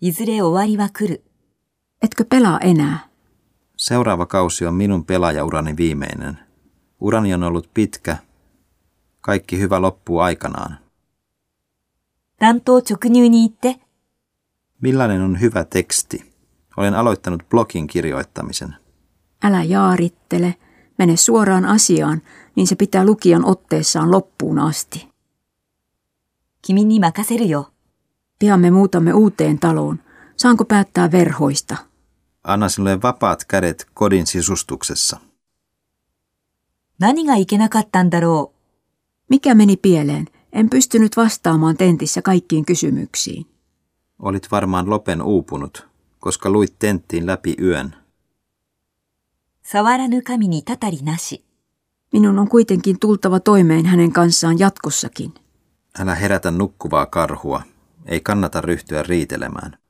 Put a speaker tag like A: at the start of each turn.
A: いずれ終わりは来る。
B: Etkö pelaa enää?
C: Seuraava kausi on minun pelaajaurani viimeinen. Urani on ollut pitkä. Kaikki hyvä loppuu aikanaan.
A: 担当直入に行って、
C: Millainen on hyvä teksti? Olen aloittanut blogin kirjoittamisen.
B: Älä jaarittele. Mene suoraan asiaan, niin se pitää lukijan otteessaan loppuun asti.
A: 君に任せるよ。
B: Pian me muutamme uuteen taloon. Saanko päättää verhoista?
C: Anna sinulle vapaat kädet kodin sisustuksessa.
A: 何がいけなかったんだろう。
B: Mikä meni pieleen? En pystynyt vastaamaan tentissä kaikkiin kysymyksiin.
C: Olit varmaan lopen uupunut, koska luit tenttiin läpi yön.
A: 触らぬ神にたたりなし。
B: Minun on kuitenkin tultava toimeen hänen kanssaan jatkossakin.
C: Älä herätä nukkuvaa karhua. Ei kannata ryhtyä riitelemään.